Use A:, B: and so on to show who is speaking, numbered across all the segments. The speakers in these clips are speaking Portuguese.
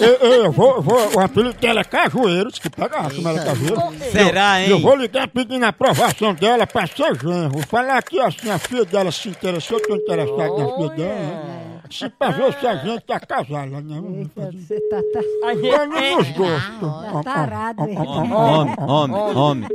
A: eu, eu, eu vou, eu vou, o apelido dela é Cajueiros, que pega a chama era Cajueiros.
B: Será,
A: é Eu
B: hein?
A: vou ligar pedindo a aprovação dela pra seu genro. Falar aqui assim, a filha dela se interessou, eu tô interessado na filha dela, né? Se pra ver se a gente tá casada, né?
C: Você tá, tá
D: A
A: Eu
D: gente
A: não nos gosto.
C: tá tarado, hein?
B: Homem, homem, homem, homem.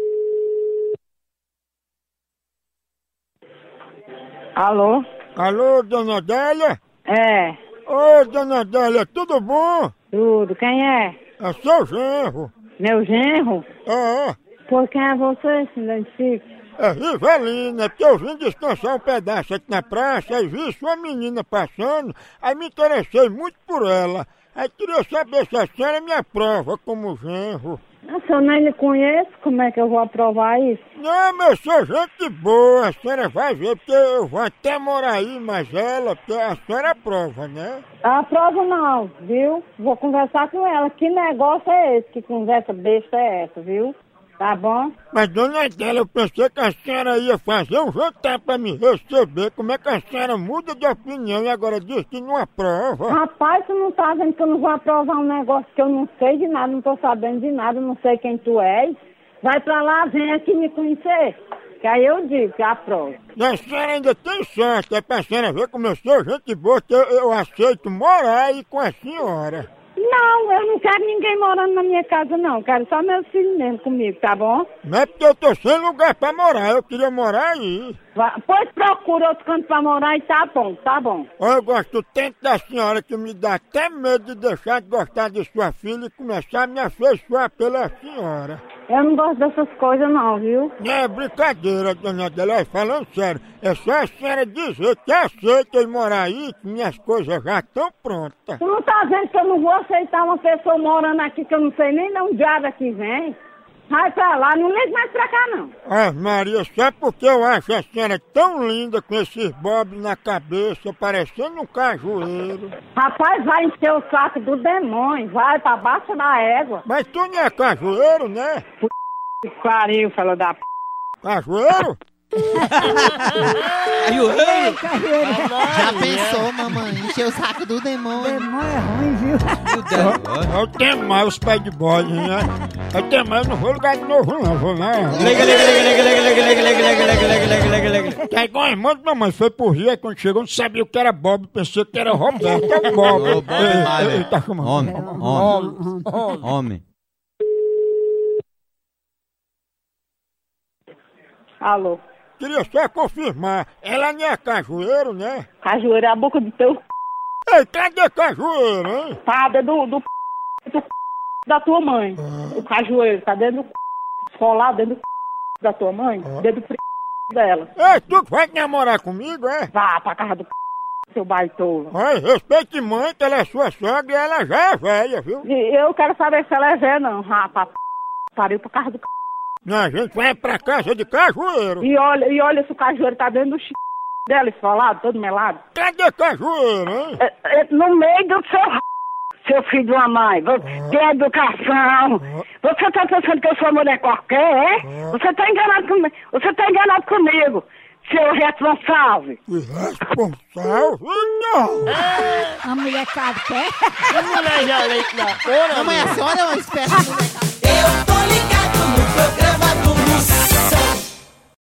E: Alô?
A: Alô, dona Adélia?
E: É,
A: Ô, dona Adélia, tudo bom?
E: tudo. Quem é?
A: É seu genro.
E: Meu genro?
A: É, é.
E: Por quem é você, se identifica?
A: É Rivelina, é porque eu vim descansar um pedaço aqui na praça e vi sua menina passando, aí me interessei muito por ela. Aí queria saber se a senhora me aprova como genro.
E: Ah, Se eu nem lhe conheço, como é que eu vou aprovar isso?
A: Não, mas eu sou gente boa, a senhora vai ver, porque eu vou até morar aí, mas ela, porque a senhora aprova, né?
E: Ah, Aprovo não, viu? Vou conversar com ela. Que negócio é esse? Que conversa besta é essa, viu? Tá bom?
A: Mas dona Adela, eu pensei que a senhora ia fazer um jantar pra me receber. Como é que a senhora muda de opinião e agora diz que não aprova?
E: Rapaz, tu não tá vendo que eu não vou aprovar um negócio que eu não sei de nada, não tô sabendo de nada, não sei quem tu és. Vai pra lá, vem aqui me conhecer. Que aí eu digo que aprovo.
A: E a senhora ainda tem sorte, é pra senhora ver como eu sou gente boa, que eu, eu aceito morar aí com a senhora.
E: Não, eu não quero ninguém morando na minha casa, não. Quero só meus filhos mesmo comigo, tá bom?
A: Não é porque eu tô sem lugar pra morar, eu queria morar aí.
E: Vá- Pois procura outro canto pra morar e tá bom, tá bom.
A: Eu gosto tanto da senhora que me dá até medo de deixar de gostar de sua filha e começar a me afeiçoar pela senhora.
E: Eu não gosto dessas coisas, não, viu?
A: Não é brincadeira, dona Adelaide, falando sério. É só a senhora dizer que aceita eu morar aí, que minhas coisas já estão prontas.
E: Tu não tá vendo que eu não vou aceitar uma pessoa morando aqui que eu não sei nem de onde diabo é que vem? Vai pra lá, não liga mais pra cá, não.
A: Ah, Maria, só porque eu acho a senhora tão linda com esses bobs na cabeça, parecendo um cajueiro.
E: Rapaz, vai encher o saco do demônio, vai pra baixo da égua.
A: Mas tu não é cajueiro, né?
E: Que Pariu, falou da p.
A: Cajueiro?
B: E o rei?
F: Já pensou, mamãe? Encheu o saco do demônio.
C: Demônio é ruim, viu?
B: Meu Deus.
A: Eu tenho mais os pés de bode, né? Eu tenho mais, não vou lugar de novo, não, vou não.
B: Liga, liga, liga, liga, liga, liga, liga, liga, liga, liga, liga, liga, liga, liga.
A: Que é igual a irmã da mamãe, foi pro Rio, aí quando chegou não sabia o que era Bob, pensou que era Roberto, é o Bob.
B: Ô, Bob
A: Ei,
B: Marley.
A: ei, tá chamando.
B: Homem, homem, homem.
E: Alô.
A: Queria só confirmar, ela não é cajueiro, né?
E: Cajueiro é a boca do teu c.
A: Ei, cadê cajueiro, hein?
E: espada do, do, c- do c- da tua mãe. O cajueiro tá dentro do c- colado dentro do c- da tua mãe, dentro do c- dela.
A: Ei, tu que vai namorar comigo, é?
E: Vá pra casa do c- seu baitola.
A: Olha, respeite mãe, que ela é sua sogra e ela já é velha, viu?
E: E eu quero saber se ela é velha, não, rapaz. Pariu pra casa do c.
A: Não, a gente vai pra casa de cajueiro.
E: E olha, e olha se o cajueiro tá dentro do c... dela, esfolado, todo melado.
A: Cadê cajueiro, hein?
E: É- é no meio do seu r- seu filho de uma mãe, Vo- tem educação. Você tá pensando que eu sou mulher qualquer, é? Você tá enganado comigo. Você tá enganado comigo, seu responsável.
A: Irresponsável, não!
C: A mulher sabe que é.
D: não mulher já leite na cora.
F: Mamãe, a senhora é uma espécie de moleca.